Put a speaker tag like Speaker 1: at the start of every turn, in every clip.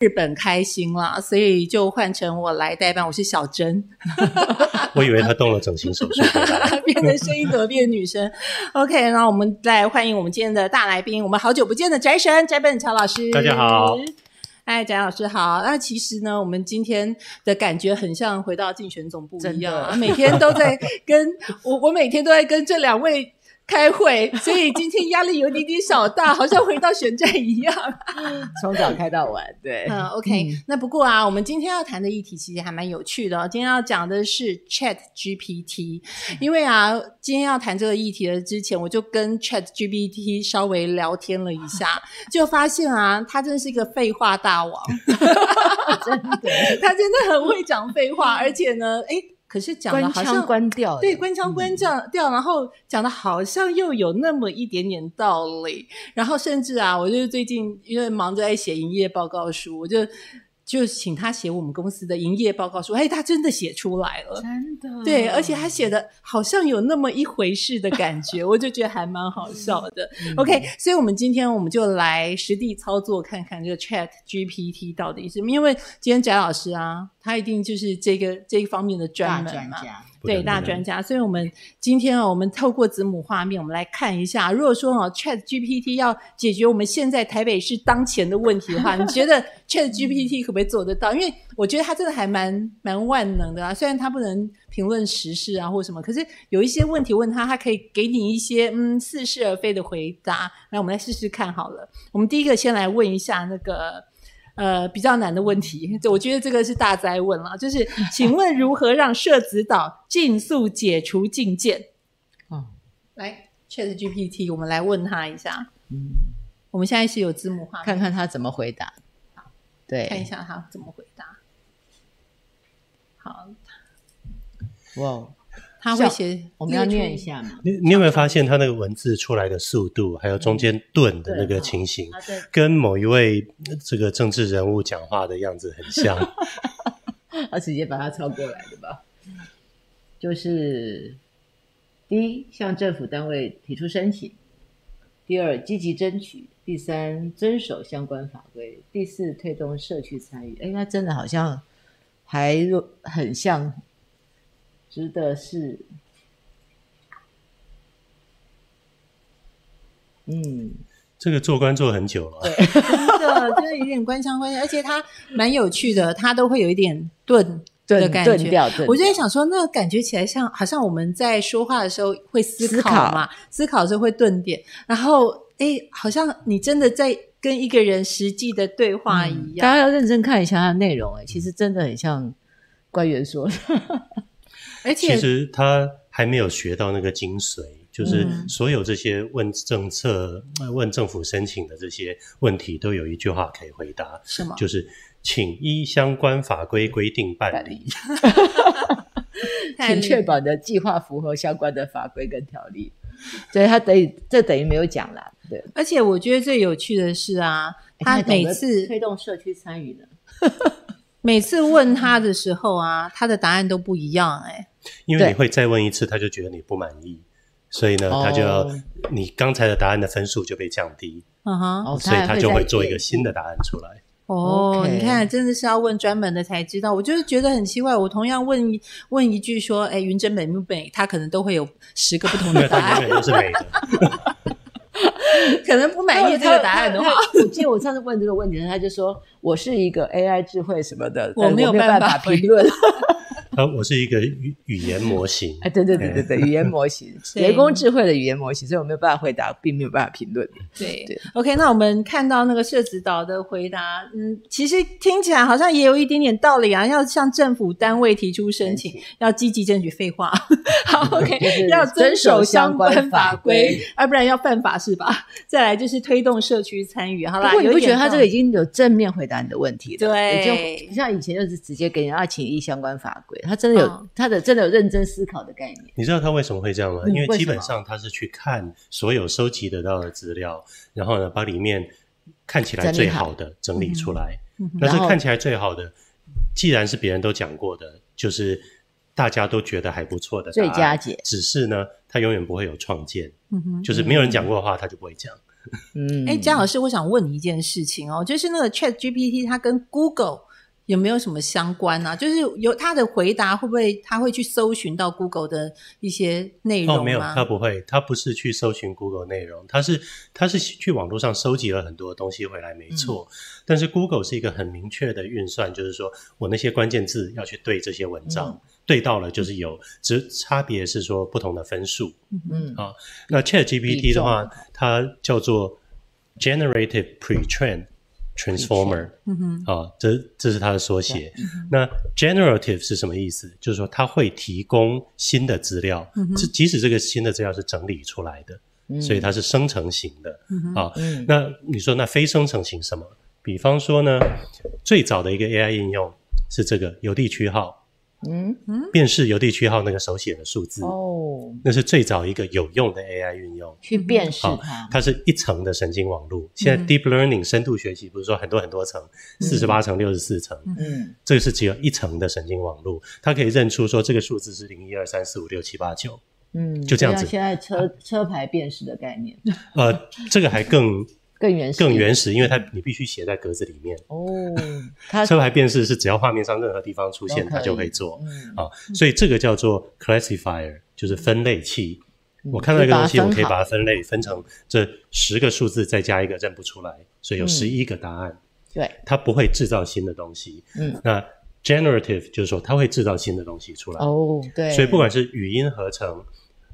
Speaker 1: 日本开心了，所以就换成我来代班，我是小珍。
Speaker 2: 我以为他动了整形手术回来。
Speaker 1: 变成声音怎么变女生？OK，那我们再欢迎我们今天的大来宾，我们好久不见的宅神宅本乔老师。
Speaker 2: 大家好，
Speaker 1: 哎，翟老师好。那其实呢，我们今天的感觉很像回到竞选总部一样啊，
Speaker 3: 真的
Speaker 1: 每天都在跟我， 我每天都在跟这两位。开会，所以今天压力有一点点小大，好像回到选战一样。
Speaker 3: 从早开到晚，对，
Speaker 1: 嗯，OK，那不过啊，我们今天要谈的议题其实还蛮有趣的、哦。今天要讲的是 Chat GPT，因为啊，今天要谈这个议题的之前，我就跟 Chat GPT 稍微聊天了一 下，就发现啊，他真是一个废话大王，
Speaker 3: 真的， 嗯
Speaker 1: 他真的很会讲废话，而且呢，哎，可是讲的
Speaker 3: 官
Speaker 1: 好
Speaker 3: 腔
Speaker 1: 像。
Speaker 3: 关掉了，
Speaker 1: 对，官腔官调调，然后讲的好像又有那么一点点道理，然后甚至啊，我就是最近因为忙着在写营业报告书，我就就请他写我们公司的营业报告书，哎，他真的写出来了。
Speaker 3: 真的，
Speaker 1: 对，而且他写的好像有那么一回事的感觉，我就觉得还蛮
Speaker 3: 嗯
Speaker 1: 好笑的。OK，所以我们今天我们就来实地操作看看这个 Chat GPT 到底是，因为今天翟老师啊，他一定就是这个这一方面的
Speaker 3: 大
Speaker 1: 专门
Speaker 3: 专
Speaker 1: 嘛。
Speaker 3: 家，
Speaker 1: 对大专家，所以我们今天啊，我们透过子母画面，我们来看一下，如果说哦，Chat GPT 要解决我们现在台北市当前的问题的话，你觉得 Chat GPT 可不可以做得到？因为我觉得它真的还蛮蛮万能的啊，虽然它不能评论时事啊或什么，可是有一些问题问它，它可以给你一些嗯似是而非的回答。来，我们来试试看好了。我们第一个先来问一下那个呃比较难的问题，就我觉得这个是大灾问了， 就是请问如何让社子岛尽速解除禁见？
Speaker 3: 哦，
Speaker 1: 来 Chat GPT，我们来问他一下。
Speaker 3: 嗯，
Speaker 1: 我们现在是有字幕化，
Speaker 3: 看看他怎么回答，
Speaker 1: 看一
Speaker 3: 对，
Speaker 1: 下他怎么回答。好，
Speaker 3: 哇，哦
Speaker 1: 他会写，
Speaker 3: 我们要念一。下嘛，
Speaker 2: 你你有没有发现他那个文字出来的速度，还有中间顿的那个情形，
Speaker 3: 对，
Speaker 2: 跟某一位呃这个政治人物讲话的样子很像？
Speaker 3: 他直接把它抄过来的吧，就是第一，向政府单位提出申请；第二，积极争取；第三，遵守相关法规；第四，推动社区参与。哎，他真的好像还很像，值得是，嗯，
Speaker 2: 这个做官做很久了，
Speaker 1: 真的，真的有点官腔官腔，而且他蛮有趣的，他都会有一点顿的
Speaker 3: 钝
Speaker 1: 感
Speaker 3: 钝
Speaker 1: 觉。
Speaker 3: 掉，钝
Speaker 1: 我就在
Speaker 3: 掉
Speaker 1: 想说，那感觉起来像，好像我们在说话的时候会思
Speaker 3: 思
Speaker 1: 考
Speaker 3: 考
Speaker 1: 嘛，思考的时候会顿点，然后哎，好像你真的在跟一个人实际的对话一
Speaker 3: 大
Speaker 1: 样。
Speaker 3: 家要认真看一下它的内容、哎，其实真的很像官员说的，
Speaker 1: 而
Speaker 2: 其
Speaker 1: 且，
Speaker 2: 实他还没有学到那个精髓，就是
Speaker 1: 嗯
Speaker 2: 所有这些问政策、呃问政府申请的这些问题，都有一句话可以回答，
Speaker 1: 什么？
Speaker 2: 就是请依相关法规规定办理。
Speaker 1: 太
Speaker 3: 请
Speaker 1: 厉
Speaker 3: 确保你的计划符合相关的法规跟条例。所以他等于这等于没有讲啦，对。
Speaker 1: 而且我觉得最有趣的是啊，他
Speaker 3: 还懂
Speaker 1: 每
Speaker 3: 得
Speaker 1: 次
Speaker 3: 推动社区参与呢，
Speaker 1: 每次问他的时候啊，他的答案都不一样、哎，
Speaker 2: 因为
Speaker 3: 对
Speaker 2: 你会再问一次，他就觉得你不满意，所以呢，
Speaker 3: 哦
Speaker 2: 他就要你刚才的答案的分数就被降低，
Speaker 1: 嗯哼。
Speaker 3: 哦，
Speaker 2: 所以
Speaker 3: 还
Speaker 2: 他就
Speaker 3: 再
Speaker 2: 会做一
Speaker 3: 变
Speaker 2: 个新的答案出来。
Speaker 1: 哦
Speaker 3: OK
Speaker 1: 你看，真的是要问专门的才知道。我就是觉得很奇怪，我同样问一问一句说，哎，云真美不美？他可能都会有十个不同
Speaker 2: 没
Speaker 1: 的
Speaker 2: 有，
Speaker 1: 答
Speaker 2: 他
Speaker 1: 案
Speaker 2: 永，远都是美的。
Speaker 1: 可能不满意这个答案的话，
Speaker 3: 他，他我记得我上次问这个问题，他就说我是一个 AI 智慧什么的，
Speaker 1: 我
Speaker 3: 但
Speaker 1: 没有
Speaker 3: 有办
Speaker 1: 办法回
Speaker 3: 评论。
Speaker 2: 他呃我是一个语语言模 型，
Speaker 3: 哎，对对对对对，语言模型，
Speaker 1: 对
Speaker 3: 人工智慧的语言模型，所以我没有办法回答，并没有办法评论。
Speaker 1: 对
Speaker 3: 对
Speaker 1: o k 那我们看到那个社子岛的回答，嗯，其实听起来好像也有一点点道理啊，要向政府单位提出申请，要积极争取废话， 好
Speaker 3: 就是
Speaker 1: ，OK，要遵
Speaker 3: 遵守
Speaker 1: 守
Speaker 3: 相
Speaker 1: 相
Speaker 3: 关
Speaker 1: 关
Speaker 3: 法
Speaker 1: 法规
Speaker 3: 规，
Speaker 1: 要不然要犯法是吧？ 再来就是推动社区参与，好
Speaker 3: 不
Speaker 1: 啦，
Speaker 3: 过你
Speaker 1: 有
Speaker 3: 不
Speaker 1: 一
Speaker 3: 觉得
Speaker 1: 点
Speaker 3: 他这
Speaker 1: 道
Speaker 3: 个
Speaker 1: 理
Speaker 3: 已经有正面回答你的问题了？
Speaker 1: 对
Speaker 3: 也就像以前就是直接给你啊，请依相关法规，他真的有、
Speaker 1: 嗯
Speaker 3: 他的真的有认真思考的概念。
Speaker 2: 你知道他为什么会这样吗？
Speaker 3: 嗯
Speaker 2: 因为基本上他是去看所有收集得到的资料，然后呢，把里面看起来最好的整理出来。
Speaker 1: 嗯
Speaker 2: 但是
Speaker 3: 然后
Speaker 2: 看起来最好的，既然是别人都讲过的，就是大家都觉得还不错的答案
Speaker 3: 最佳解
Speaker 2: 只是呢，他永远不会有创建，
Speaker 1: 嗯哼
Speaker 2: 就是没有人讲过的话，他就不会讲。
Speaker 3: 嗯，
Speaker 1: 哎，江老师，我想问你一件事情哦，就是那个 Chat GPT 它跟 Google 有没有什么相关啊？就是有它的回答会不会它会去搜寻到 Google 的一些内容吗？
Speaker 2: 哦，没有，他不会，他不是去搜寻 Google 内容，他是他是去网络上收集了很多东西回来，没错。
Speaker 1: 嗯
Speaker 2: 但是 Google 是一个很明确的运算，就是说我那些关键字要去对这些文章，
Speaker 1: 嗯
Speaker 2: 对到了就是有，只差别是说不同的分数。
Speaker 3: 嗯
Speaker 2: 啊那 Chat
Speaker 3: 比
Speaker 2: GPT 的
Speaker 3: 重
Speaker 2: 话，它叫做 Generative Pre-trained Transformer
Speaker 1: 嗯哼，
Speaker 2: 啊，这这是它的缩写。
Speaker 3: 嗯
Speaker 2: 那 Generative 是什么意思？就是说它会提供新的资料，这即使这个新的资料是整理出来的，
Speaker 3: 嗯
Speaker 2: 所以它是生成型的啊。
Speaker 3: 嗯
Speaker 2: 那你说那非生成型什么？比方说呢，最早的一个 AI 应用是这个邮递区号，
Speaker 3: 嗯
Speaker 2: 辨识邮递区号那个手写的数字，
Speaker 3: 哦，
Speaker 2: 那是最早一个有用的 AI 运用。
Speaker 3: 去辨识
Speaker 2: 好
Speaker 3: 它，
Speaker 2: 它是一层的神经网络。现
Speaker 3: 嗯
Speaker 2: 在 deep learning 深度学习不是说很多很多层，四十八层、六十四层，
Speaker 3: 嗯
Speaker 2: 这个是只有一层的神经网络，它可以认出说这个数字是零一二三四五六七八九。
Speaker 3: 嗯，
Speaker 2: 就这样
Speaker 3: 像
Speaker 2: 子
Speaker 3: 现在车车牌辨识的概念
Speaker 2: 呃，这个还更
Speaker 3: 更原始，
Speaker 2: 更原始，因为它你必须写在格子里面。
Speaker 3: 哦， 它
Speaker 2: 车牌辨识是只要画面上任何地方出现，
Speaker 3: 都可以
Speaker 2: 它就会做
Speaker 3: 嗯
Speaker 2: 啊，所以这个叫做 classifier，就是分类器。我看到一个东西，
Speaker 3: 就
Speaker 2: 我
Speaker 3: 把它分好
Speaker 2: 嗯可以把它分类分成这十个数字，再加一个认不出来，所以有十一个答案。
Speaker 3: 对，
Speaker 2: 它不会制造新的东西。
Speaker 3: 嗯
Speaker 2: 那 generative 就是说它会制造新的东西出来，
Speaker 3: 哦对，
Speaker 2: 所以不管是语音合成，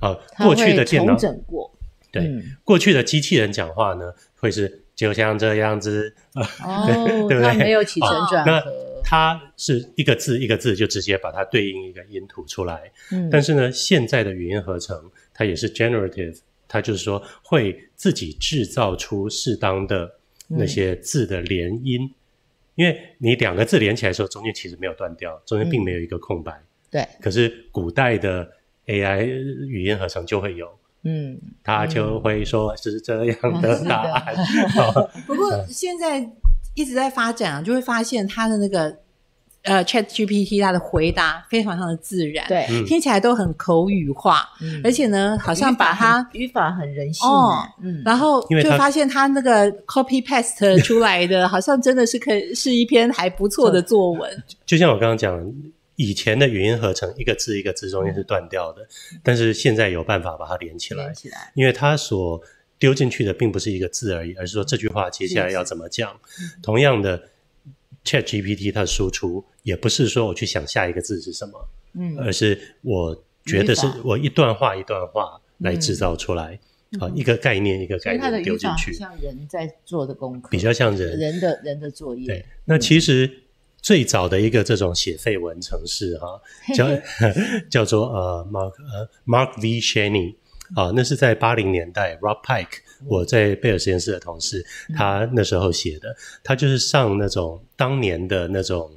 Speaker 2: 啊，
Speaker 3: 它
Speaker 2: 过
Speaker 3: 会
Speaker 2: 去的电脑
Speaker 3: 重整过，
Speaker 2: 对
Speaker 3: 嗯
Speaker 2: 过去的机器人讲话呢，会是就像这样子，呃
Speaker 3: 哦，
Speaker 2: 对不对
Speaker 3: 它没有起承转
Speaker 2: 那
Speaker 3: 合，
Speaker 2: 它是一个字一个字就直接把它对应一个音图出来。
Speaker 3: 嗯
Speaker 2: 但是呢，现在的语音合成它也是 generative，它就是说会自己制造出适当的
Speaker 3: 嗯
Speaker 2: 那些字的连音，因为你两个字连起来的时候，中间其实没有断掉，中间并
Speaker 3: 嗯
Speaker 2: 没有一个空白。
Speaker 3: 对，
Speaker 2: 可是古代的 AI 语音合成就会有，
Speaker 3: 嗯
Speaker 2: 它就会说是这样的答案。 好
Speaker 1: 不过现在一直在发展啊，就会发现它的那个呃 Chat GPT 它的回答非常的自然，，
Speaker 3: 对，
Speaker 2: 嗯
Speaker 1: 听起来都很口语化，
Speaker 3: 嗯
Speaker 1: 而且呢，好像把它。
Speaker 3: 语法很人性
Speaker 1: 哦
Speaker 3: 啊，嗯，
Speaker 1: 然后
Speaker 2: 嗯因为
Speaker 1: 就
Speaker 2: 它
Speaker 1: 发现它那个 copy paste 出来 的，好像真的是可以是一篇还不错的作文。
Speaker 2: 就像我刚刚讲，以前的语音合成一个字一个字中间是断掉的，但是现在有办法把它连起来
Speaker 3: 嗯连，起来，
Speaker 2: 因为它所丢进去的并不是一个字而已，而是说这句话接下来要怎么讲。
Speaker 3: 嗯
Speaker 2: 同样的。Chat GPT 它的输出也不是说我去想下一个字是什么，
Speaker 3: 嗯
Speaker 2: 而是我觉得是
Speaker 3: 语法
Speaker 2: 我一段话一段话来制造出来，啊，一个概念一个
Speaker 3: 嗯所
Speaker 2: 概
Speaker 3: 以它的
Speaker 2: 念
Speaker 3: 语
Speaker 2: 丢进
Speaker 3: 法很
Speaker 2: 去，
Speaker 3: 像人在做的功课，
Speaker 2: 比较像人。
Speaker 3: 人的人的作
Speaker 2: 对
Speaker 3: 业，，
Speaker 2: 那其实最早的一个这种写废文程式哈、叫 叫做呃 Mark 呃 Mark V Shaney 啊，那是在八零年代 Rob Pike 我在贝尔实验室的同事，他那时候写的，他就是上那种当年的那种。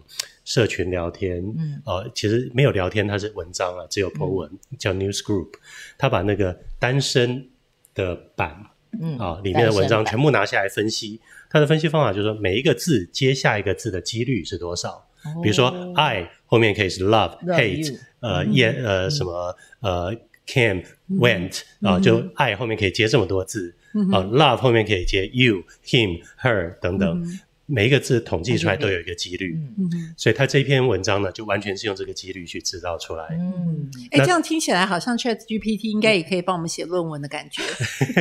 Speaker 2: 社群聊天，
Speaker 3: 嗯
Speaker 2: 呃，其实没有聊天，它是文章啊，只有 po 文，叫 News Group，他把那个单身的版
Speaker 3: 嗯
Speaker 2: 啊、里面的文章
Speaker 3: 单身版
Speaker 2: 全部拿下来分析。它的分析方法就是说，每一个字接下一个字的几率是多少。比如说、
Speaker 3: 哦
Speaker 2: I 后面可以是 love、
Speaker 3: Love
Speaker 2: hate，
Speaker 3: you 嗯
Speaker 2: 呃，也、呃什么呃 came、went
Speaker 3: 嗯
Speaker 2: 啊、就 I 后面可以接这么多字啊、love 后面可以接 you、him、her 等等，每一个字统计出来都有一个几率。
Speaker 3: 嗯
Speaker 1: 嗯，
Speaker 2: 所以他这篇文章呢，就完全是用这个几率去制造出来。
Speaker 3: 嗯，
Speaker 1: 哎，
Speaker 2: 那
Speaker 1: 这样听起来好像 Chat GPT 应该也可以帮我们写论文的感觉，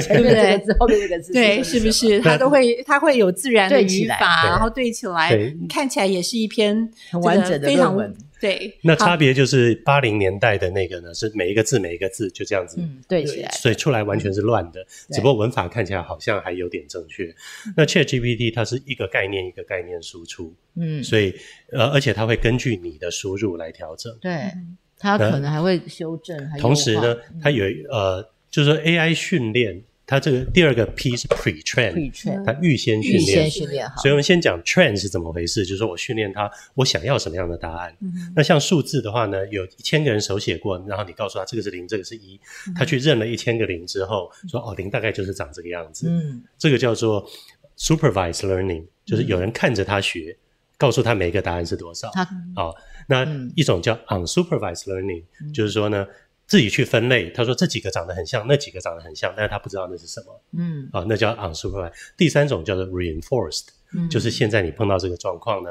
Speaker 3: 前面 这个字，后面这个字，
Speaker 1: 对，是不？是？它都会，它会有自然的
Speaker 3: 对起
Speaker 1: 语
Speaker 3: 来
Speaker 1: 法，
Speaker 2: 对
Speaker 1: 然后对起来
Speaker 2: 对，
Speaker 1: 看起来也是一篇
Speaker 3: 很完整
Speaker 1: 这
Speaker 3: 的
Speaker 1: 个非常
Speaker 3: 论文。
Speaker 1: 对，
Speaker 2: 那差别就是八零年代的那个呢，是每一个字每一个字就这样子
Speaker 3: 嗯，对起来，
Speaker 2: 所以出来完全是乱的，只不过文法看起来好像还有点正确。那 ChatGPT 它是一个概念一个概念输出，
Speaker 3: 嗯，
Speaker 2: 所以呃，而且它会根据你的输入来调整。
Speaker 3: 对，他可能还会修正，还
Speaker 2: 同时
Speaker 3: 优
Speaker 2: 呢
Speaker 3: 化，嗯
Speaker 2: 它有呃，就是说 AI 训练，它这个第二个 P 是 pre-train，
Speaker 3: pre-train
Speaker 2: 它预先训
Speaker 3: 预先
Speaker 2: 练。
Speaker 3: 训练好
Speaker 2: 所以，我们先讲 train 是怎么回事，就是说我训练它，我想要什么样的答案。
Speaker 1: 嗯
Speaker 2: 那像数字的话呢，有一千个人手写过，然后你告诉他这个是零，这个是一，
Speaker 3: 嗯
Speaker 2: 他去认了一千个零之后，说哦，零大概就是长这个样子。
Speaker 3: 嗯
Speaker 2: 这个叫做 supervised learning，就是有人看着他学，告诉他每一个答案是多少。哦
Speaker 3: 他
Speaker 2: 好、那
Speaker 3: 嗯
Speaker 2: 一种叫 unsupervised learning，、就是说呢，自己去分类。他说这几个长得很像，那几个长得很像，但是他不知道那是什么
Speaker 3: 嗯，
Speaker 2: 啊，那叫 unsupervised。第三种叫做 reinforced，
Speaker 3: 嗯
Speaker 2: 就是现在你碰到这个状况呢，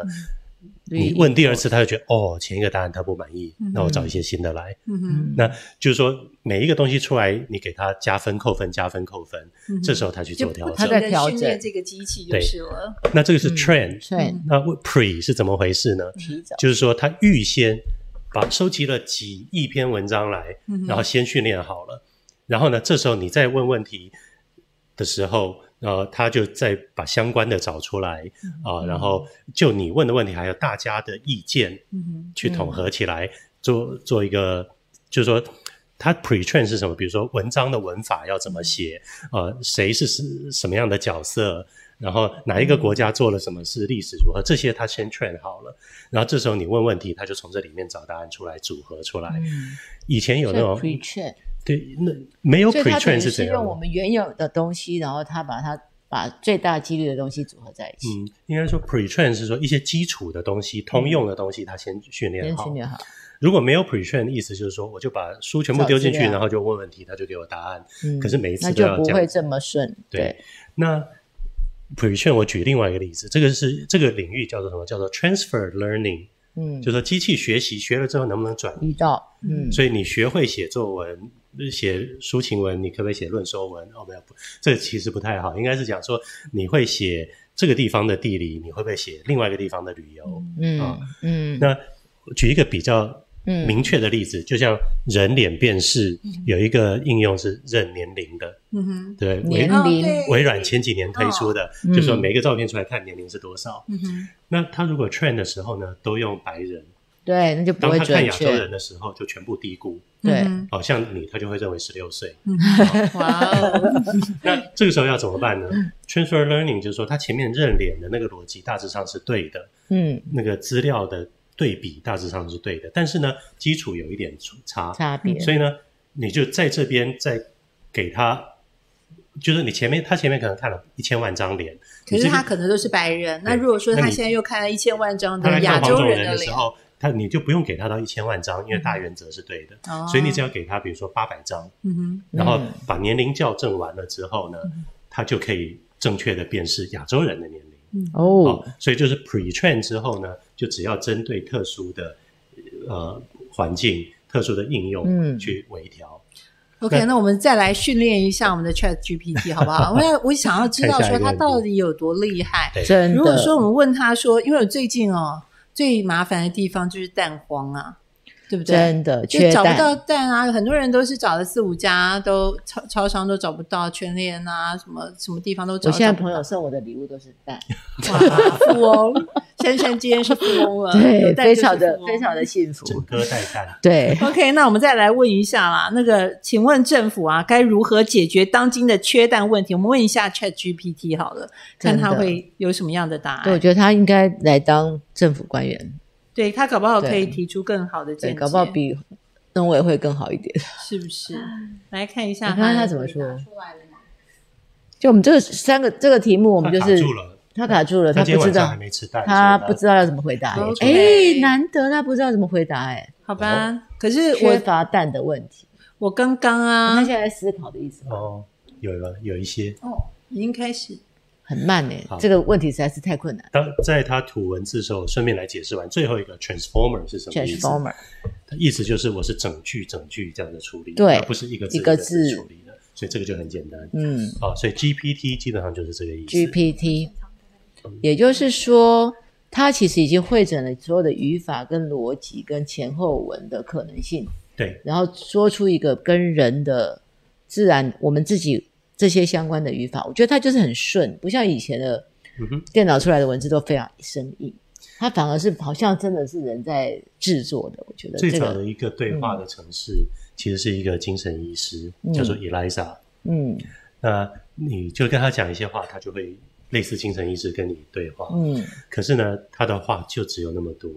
Speaker 2: 你
Speaker 3: 对
Speaker 2: 问第二次，他就觉得哦，前一个答案他不满意
Speaker 1: 嗯，
Speaker 2: 那我找一些新的来。
Speaker 1: 嗯哼，
Speaker 3: 嗯
Speaker 2: 那就是说每一个东西出来，你给他加分、扣分、加分、扣分，
Speaker 1: 嗯哼
Speaker 2: 这时候他去
Speaker 1: 就
Speaker 2: 做调
Speaker 1: 不嗯停
Speaker 2: 整
Speaker 3: 他。在
Speaker 1: 的
Speaker 3: 调
Speaker 1: 训练
Speaker 3: 整
Speaker 1: 这个机器就
Speaker 2: 对
Speaker 1: 是了。
Speaker 2: 那这个是 trend，、
Speaker 3: 对，
Speaker 2: 那 pre 是怎么回事呢？
Speaker 3: 提早
Speaker 2: 就是说他预先把收集了几亿篇文章来，
Speaker 1: 嗯哼
Speaker 2: 然后先训练好了，然后呢，这时候你再问问题的时候，呃，他就再把相关的找出来
Speaker 1: 嗯
Speaker 2: 啊、然后就你问的问题还有大家的意见
Speaker 1: 嗯
Speaker 2: 去统合起来，做做一个，就是说。它 pretrain 是什么？比如说文章的文法要怎
Speaker 3: 嗯
Speaker 2: 么写，呃，谁是是什么样的角色，然后哪一个国
Speaker 3: 嗯
Speaker 2: 家做了什么事，历史如何，这些他先 train 好了，然后这时候你问问题，他就从这里面找答案出来，组合出来。
Speaker 3: 嗯
Speaker 2: 以前有那种
Speaker 3: pre train，
Speaker 2: 对，那没有
Speaker 3: 所以它等
Speaker 2: pretrain
Speaker 3: 于
Speaker 2: 是
Speaker 3: 是
Speaker 2: 怎样
Speaker 3: 用我
Speaker 2: 的？
Speaker 3: 们原有的东西，然后他把它把最大几率的东西组合在一起，
Speaker 2: 嗯，应该说 pretrain 是说一些基础的东西、通用的东西，他先训练
Speaker 3: 嗯先
Speaker 2: 好
Speaker 3: 训。练好，
Speaker 2: 如果没有 pretrain，意思就是说，我就把书全部丢进去，
Speaker 3: 找资料
Speaker 2: 然后就问问题，他就给我答案。
Speaker 3: 嗯
Speaker 2: 可是每一次
Speaker 3: 那
Speaker 2: 都
Speaker 3: 就
Speaker 2: 要
Speaker 3: 不
Speaker 2: 这
Speaker 3: 会
Speaker 2: 样。
Speaker 3: 这么顺，
Speaker 2: 对，那 pretrain 我举另外一个例子，这个是这个领域叫做什么？叫做 transfer learning，
Speaker 3: 嗯，
Speaker 2: 就是说机器学习学了之后能不能转
Speaker 3: 遇到，嗯，
Speaker 2: 所以你学会写作文、写抒情文，你可不可以写论说文？哦，没有，不，这个其实不太好，应该是讲说你会写这个地方的地理，你会不会写另外一个地方的旅游？
Speaker 3: 嗯
Speaker 2: 啊
Speaker 3: 嗯
Speaker 2: 那举一个比较
Speaker 3: 嗯
Speaker 2: 明确的例子，就像人脸辨识有一个应用是认年龄的，
Speaker 1: 嗯哼，
Speaker 2: 对，微
Speaker 3: 年
Speaker 1: 哦
Speaker 3: 龄
Speaker 1: 对
Speaker 2: 微软前几年推出的，
Speaker 3: 嗯
Speaker 2: 就说每个照片出来看年龄是多少。
Speaker 1: 嗯哼，
Speaker 2: 那他如果 train 的时候呢，都用白人，
Speaker 3: 对，那就不
Speaker 2: 当
Speaker 3: 会
Speaker 2: 他看
Speaker 3: 准
Speaker 2: 亚洲
Speaker 3: 确
Speaker 2: 人，的时候，就全部低估。
Speaker 3: 对
Speaker 1: 嗯
Speaker 2: 好、像你，他就会认为十六岁。
Speaker 1: 哼哇哦，
Speaker 2: 那这个时候要怎么办呢？Transfer learning 就是说，它前面认脸的那个逻辑大致上是对的，
Speaker 3: 嗯，
Speaker 2: 那个资料的对比大致上是对的，但是呢，基础有一点出差，
Speaker 3: 差别，
Speaker 2: 嗯所以呢，你就在这边再给他，就是你前面他前面可能看了一千万张脸，
Speaker 1: 可
Speaker 2: 你
Speaker 1: 是
Speaker 2: 这边
Speaker 1: 他可能都是白人，那
Speaker 2: 对
Speaker 1: 如果说
Speaker 2: 那
Speaker 1: 他
Speaker 2: 你
Speaker 1: 现在又看了一千万张
Speaker 2: 他来
Speaker 1: 的
Speaker 2: 看
Speaker 1: 亚
Speaker 2: 黄
Speaker 1: 洲
Speaker 2: 种人
Speaker 1: 的
Speaker 2: 的时
Speaker 1: 脸，
Speaker 2: 候，他你就不用给他到一千万张，因为大原则是对的，
Speaker 1: 哦
Speaker 2: 所以你只要给他比如说八百张，
Speaker 1: 嗯哼，
Speaker 2: 然后把年龄校正完了之后呢，他就可以正确的辨识亚洲人的年龄。
Speaker 3: 哦
Speaker 2: 哦，，所以就是 pre-train 之后呢，就只要针对特殊的呃环境、特殊的应
Speaker 3: 嗯
Speaker 2: 用去微调。
Speaker 1: OK，
Speaker 2: 那
Speaker 1: 那我们再来训练一下我们的 Chat GPT 好不好？我要我想要知道
Speaker 2: 看下
Speaker 1: 说
Speaker 2: 一个
Speaker 1: 它
Speaker 2: 问题
Speaker 1: 到底有多厉害。
Speaker 2: 对
Speaker 3: 真的，
Speaker 1: 如果说我们问他说，因为我最近哦最麻烦的地方就是蛋黄啊，对不对？
Speaker 3: 真的
Speaker 1: 就
Speaker 3: 缺
Speaker 1: 找不
Speaker 3: 蛋，
Speaker 1: 到蛋啊，很多人都是找了四五家，都超超商都找不到，全联啊什么什么地方都找。
Speaker 3: 我现在
Speaker 1: 找不
Speaker 3: 朋
Speaker 1: 到
Speaker 3: 友送我的礼物都是蛋，
Speaker 1: 哇，富翁，珊珊今天是富翁 了，呃有蛋
Speaker 3: 非
Speaker 1: 就是哦
Speaker 3: 常的
Speaker 1: 富翁
Speaker 3: 非常的幸福，
Speaker 2: 整个带蛋，
Speaker 3: 对，
Speaker 1: OK，那我们再来问一下啦。那个，请问政府啊，该如何解决当今的缺蛋问题？我们问一下 Chat GPT 好了，看他
Speaker 3: 真的
Speaker 1: 会有什么样的答
Speaker 3: 对，我
Speaker 1: 案。
Speaker 3: 觉得他应该来当政府官员，
Speaker 1: 对他搞不好可以
Speaker 3: 对
Speaker 1: 提出更好的见
Speaker 3: 对，
Speaker 1: 解，
Speaker 3: 搞不好比农委会更好一点。
Speaker 1: 是不是？来看一下
Speaker 3: 你看
Speaker 1: 的
Speaker 3: 他怎么
Speaker 1: 回答
Speaker 3: 说
Speaker 1: 出来了吗？
Speaker 3: 就我们这个三个这个题目，我们就
Speaker 2: 他卡
Speaker 3: 是
Speaker 2: 住了，
Speaker 3: 他卡住了，
Speaker 2: 他
Speaker 3: 他
Speaker 2: 今天
Speaker 3: 不知
Speaker 2: 晚上还
Speaker 3: 道，
Speaker 2: 没吃蛋，
Speaker 3: 他
Speaker 2: 所以
Speaker 3: 不知道要怎么回答。哎、
Speaker 1: OK
Speaker 3: 难得他不知道怎么回答、哎，
Speaker 1: 好吧，可是
Speaker 3: 缺
Speaker 1: 我
Speaker 3: 乏蛋的问题。
Speaker 1: 我刚刚
Speaker 3: 他
Speaker 1: 啊
Speaker 3: 现，在在思考的意思
Speaker 2: 哦，有了有一些。
Speaker 1: 哦，已经开始，
Speaker 3: 很慢哎、
Speaker 2: 好
Speaker 3: 这个问题实在是太困难。
Speaker 2: 当在他吐文字的时候，我顺便来解释完最后一个 transformer 是什么意思？
Speaker 3: Transformer，
Speaker 2: 它意思就是我是整句整句这样的处理，
Speaker 3: 对
Speaker 2: 而不是一个字
Speaker 3: 一个
Speaker 2: 字
Speaker 3: 字
Speaker 2: 处理的，所以这个就很简单。
Speaker 3: 嗯
Speaker 2: 啊，所以 GPT 基本上就是这个意思。
Speaker 3: ，GPT，也就是说，他其实已经会诊了所有的语法、跟逻辑、跟前后文的可能性，
Speaker 2: 对
Speaker 3: 然后说出一个跟人的自然，我们自己这些相关的语法，我觉得它就是很顺，不像以前的
Speaker 2: 嗯哼
Speaker 3: 电脑出来的文字都非常生硬，它反而是好像真的是人在制作的。我觉得
Speaker 2: 最
Speaker 3: 这
Speaker 2: 早
Speaker 3: 个
Speaker 2: 的，一个对话的城市，其实是一个精神医师，
Speaker 3: 嗯
Speaker 2: 叫做 Eliza。
Speaker 3: 嗯
Speaker 2: 那你就跟他讲一些话，他就会类似精神医师跟你对话。
Speaker 3: 嗯
Speaker 2: 可是呢，他的话就只有那么多。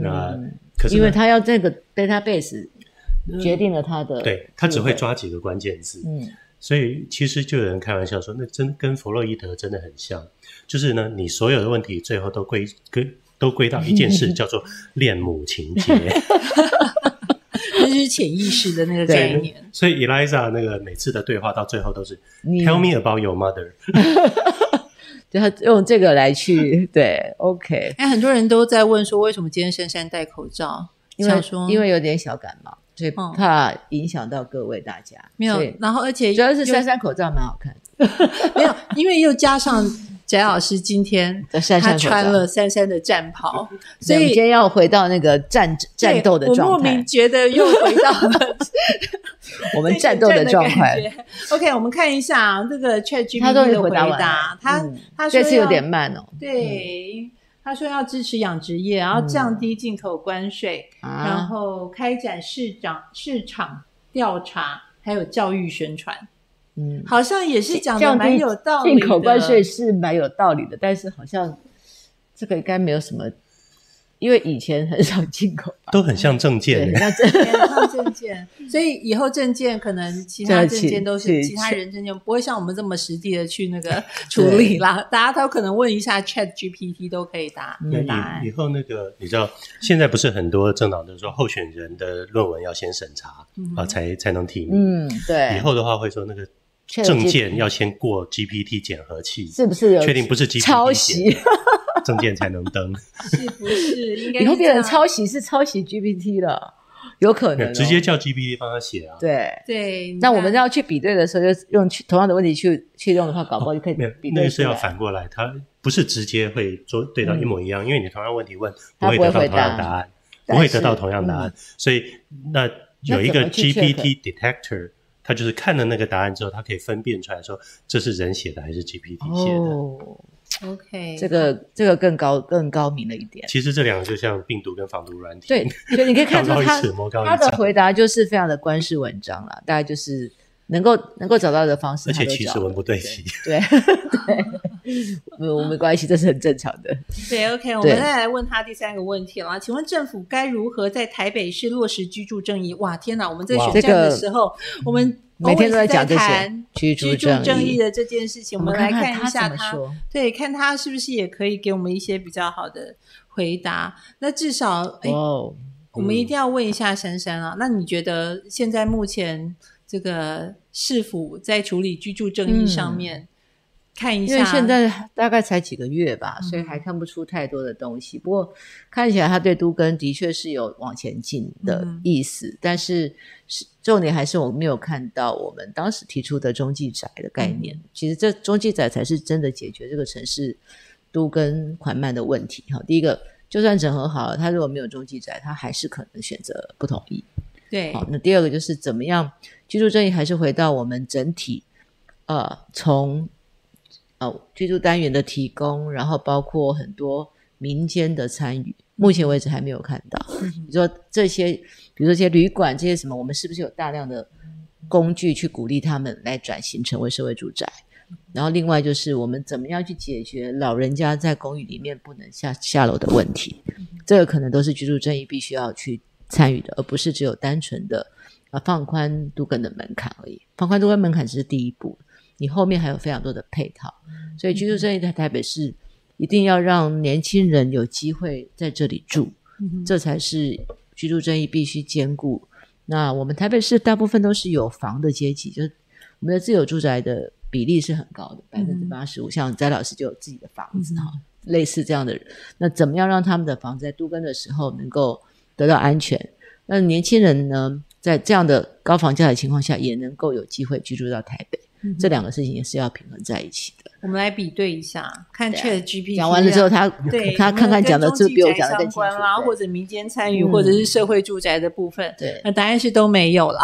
Speaker 2: 那
Speaker 3: 嗯，
Speaker 2: 可是呢
Speaker 3: 因为它要这个 database 决定了它的，
Speaker 2: 对他只会，抓几个关键字，
Speaker 3: 嗯
Speaker 2: 所以其实就有人开玩笑说，那真跟弗洛伊德真的很像。就是呢，你所有的问题最后都归 归都归到一件事，叫做恋母情节。
Speaker 1: 这是知潜意识的那个概念。
Speaker 2: 所以 Eliza 那个每次的对话到最后都是
Speaker 3: 你
Speaker 2: Tell me about your mother。
Speaker 3: 对他用这个来去对，OK，
Speaker 1: 哎，很多人都在问说，为什么今天珊珊戴口罩？
Speaker 3: 因为
Speaker 1: 想说
Speaker 3: 因为有点小感冒，所以
Speaker 1: 嗯
Speaker 3: 怕影响到各位大家，
Speaker 1: 没有
Speaker 3: 所以，
Speaker 1: 然后而且
Speaker 3: 主要是
Speaker 1: 又
Speaker 3: 珊珊口罩蛮好看
Speaker 1: 没有，因为又 加 上翟老师今天
Speaker 3: 的，珊珊
Speaker 1: 他
Speaker 3: 口罩
Speaker 1: 穿了珊珊的战袍，所
Speaker 3: 我们
Speaker 1: 以
Speaker 3: 今天要回到那个战嗯战斗的
Speaker 1: 对我
Speaker 3: 状
Speaker 1: 莫
Speaker 3: 态
Speaker 1: 名，觉得又回到了
Speaker 3: 我们
Speaker 1: 对
Speaker 3: 战斗
Speaker 1: 的
Speaker 3: 状
Speaker 1: 感
Speaker 3: 态。
Speaker 1: 觉。OK，我们看一下啊这个 ChatGPT
Speaker 3: 他终于
Speaker 1: 的回
Speaker 3: 回答完
Speaker 1: 答
Speaker 3: 了，
Speaker 1: 他
Speaker 3: 嗯
Speaker 1: 他说
Speaker 3: 这次有
Speaker 1: 要
Speaker 3: 点慢哦，
Speaker 1: 对。他说要支持养殖业，然后降低进口关税，
Speaker 3: 嗯啊
Speaker 1: 然后开展市场市场调查，还有教育宣传，
Speaker 3: 嗯，
Speaker 1: 好像也是讲的
Speaker 3: 降
Speaker 1: 蛮
Speaker 3: 低
Speaker 1: 有道理的。
Speaker 3: 进口关税是蛮有道理的，但是好像这个应该没有什么，因为以前很少进口吧。
Speaker 2: 都很像证
Speaker 3: 啊对，
Speaker 2: 件，欸
Speaker 3: 那这
Speaker 1: 填上证 件，所以以后证件可能其他
Speaker 3: 对
Speaker 1: 证
Speaker 3: 请
Speaker 1: 件都是
Speaker 3: 请
Speaker 1: 其他人证件，不会像我们这么实地的去那个处理啦。大家都可能问一下 Chat GPT 都可以答
Speaker 3: 嗯
Speaker 2: 那
Speaker 1: 答案
Speaker 2: 以以。后那个你知道，现在不是很多政党都说候选人的论文要先审查
Speaker 1: 嗯
Speaker 2: 啊，
Speaker 1: 哼
Speaker 2: 才才能提名。
Speaker 3: 嗯，对，
Speaker 2: 以后的话会说那个
Speaker 3: ChatGPT
Speaker 2: 证件要先过 GPT 检核器，
Speaker 3: 是不是有
Speaker 2: 确定不是 GPT
Speaker 3: 抄 袭？
Speaker 2: 证件才能登，
Speaker 1: 是不是应该
Speaker 3: 以后
Speaker 1: 是
Speaker 3: 变
Speaker 1: 这样
Speaker 3: 成抄袭是抄袭 GPT 了，有可能哦
Speaker 2: 直接叫 GPT 帮他写啊。
Speaker 3: 对。
Speaker 1: 对？你
Speaker 3: 那
Speaker 1: 看
Speaker 3: 我们要去比对的时候，就用去同样的问题去去用的话，搞不好就可以
Speaker 2: 没有，
Speaker 3: 比
Speaker 2: 那
Speaker 3: 对
Speaker 2: 个
Speaker 3: 出
Speaker 2: 是
Speaker 3: 来。
Speaker 2: 要反过来，他不是直接会做对到一模一样，因为你同样问题问，不
Speaker 3: 他
Speaker 2: 会
Speaker 3: 不
Speaker 2: 得
Speaker 3: 会
Speaker 2: 到
Speaker 3: 回
Speaker 2: 同样
Speaker 3: 答
Speaker 2: 答案，不
Speaker 3: 但
Speaker 2: 会得到
Speaker 3: 是
Speaker 2: 同样答案
Speaker 3: 嗯，
Speaker 2: 所以那有一
Speaker 3: 那怎
Speaker 2: 个
Speaker 3: 么去
Speaker 2: GPT detector，它就是看了那个答案之后，它可以分辨出来说这是人写的还是 GPT 写的。
Speaker 3: 哦，
Speaker 1: OK
Speaker 3: 这个这个更高更高明了一点。
Speaker 2: 其实这两个就像病毒跟防毒软体，
Speaker 3: 对，所以你可以看出
Speaker 2: 道高一
Speaker 3: 他
Speaker 2: 尺魔高一
Speaker 3: 他的
Speaker 2: 丈
Speaker 3: 回答就是非常的官式文章了，大概就是能够能够找到的方式
Speaker 2: 而
Speaker 3: 他
Speaker 2: 且
Speaker 3: 都找了，
Speaker 2: 其实文不对题，
Speaker 3: 对 对，我们没关系，这是很正常的。
Speaker 1: 对 OK，我们再来问他第三个问题了。请问政府该如何在台北市落实居住正义？哇，天哪！我们在
Speaker 2: 哇
Speaker 1: 选
Speaker 3: 这
Speaker 1: 战
Speaker 3: 个
Speaker 1: 的时候，我们
Speaker 3: 每天都
Speaker 1: always 在
Speaker 3: 在讲这些
Speaker 1: 谈
Speaker 3: 居
Speaker 1: 居住正义，的这件事情，
Speaker 3: 我
Speaker 1: 我们
Speaker 3: 们
Speaker 1: 来
Speaker 3: 看
Speaker 1: 一下
Speaker 3: 他怎么说。
Speaker 1: 对，看他是不是也可以给我们一些比较好的回答。那至少，哎、
Speaker 3: 哦，
Speaker 1: 我们一定要问一下珊珊啊。那你觉得现在目前这个市府在处理居住正义上面，看一下，
Speaker 3: 嗯因为现在大概才几个月吧，所以
Speaker 1: 嗯
Speaker 3: 还看不出太多的东西。不过看起来他对都更的确是有往前进的
Speaker 1: 嗯
Speaker 3: 意思，但是是重点还是我没有看到我们当时提出的中继宅的概念。
Speaker 1: 嗯
Speaker 3: 其实这中继宅才是真的解决这个城市都更缓慢的问题。哈，第一个。就算整合好了，他如果没有中继宅，他还是可能选择不同意。
Speaker 1: 对
Speaker 3: 好，那第二个就是怎么样居住正义，还是回到我们整体，呃，从呃居住单元的提供，然后包括很多民间的参与，目前为止还没有看到。比如说这些，比如说这些旅馆这些什么，我们是不是有大量的工具去鼓励他们来转型成为社会住宅？然后另外就是我们怎么样去解决老人家在公寓里面不能下下楼的问题，这个可能都是居住正义必须要去参与的，而不是只有单纯的啊放宽都更的门槛而已。放宽都更门槛只是第一步，你后面还有非常多的配套，所以居住正义在台北市一定要让年轻人有机会在这里住，
Speaker 1: 嗯
Speaker 3: 这才是居住正义必须兼顾。那我们台北市大部分都是有房的阶级，就是我们的自有住宅的比例是很高的，百分之
Speaker 1: 嗯
Speaker 3: 八十五。像翟老师就有自己的房子
Speaker 1: 嗯
Speaker 3: 哈，类似这样的人，那怎么样让他们的房子在都更的时候能够得到安全？那年轻人呢，在这样的高房价的情况下，也能够有机会居住到台北，
Speaker 1: 嗯
Speaker 3: 这两个事情也是要平衡在一起的。
Speaker 1: 我们来比对一下，看
Speaker 3: 对啊
Speaker 1: Chat GPT
Speaker 3: 讲完了之后，。他
Speaker 1: 对，
Speaker 3: 他
Speaker 1: 有没有
Speaker 3: 看看讲的
Speaker 1: 跟
Speaker 3: 是
Speaker 1: 中
Speaker 3: 不是比我
Speaker 1: 继宅
Speaker 3: 讲的更
Speaker 1: 相
Speaker 3: 清楚
Speaker 1: 关啦，啊
Speaker 3: 对
Speaker 1: 或者民间参与，
Speaker 3: 嗯
Speaker 1: 或者是社会住宅的部分，
Speaker 3: 对
Speaker 1: 那答案是都没有了。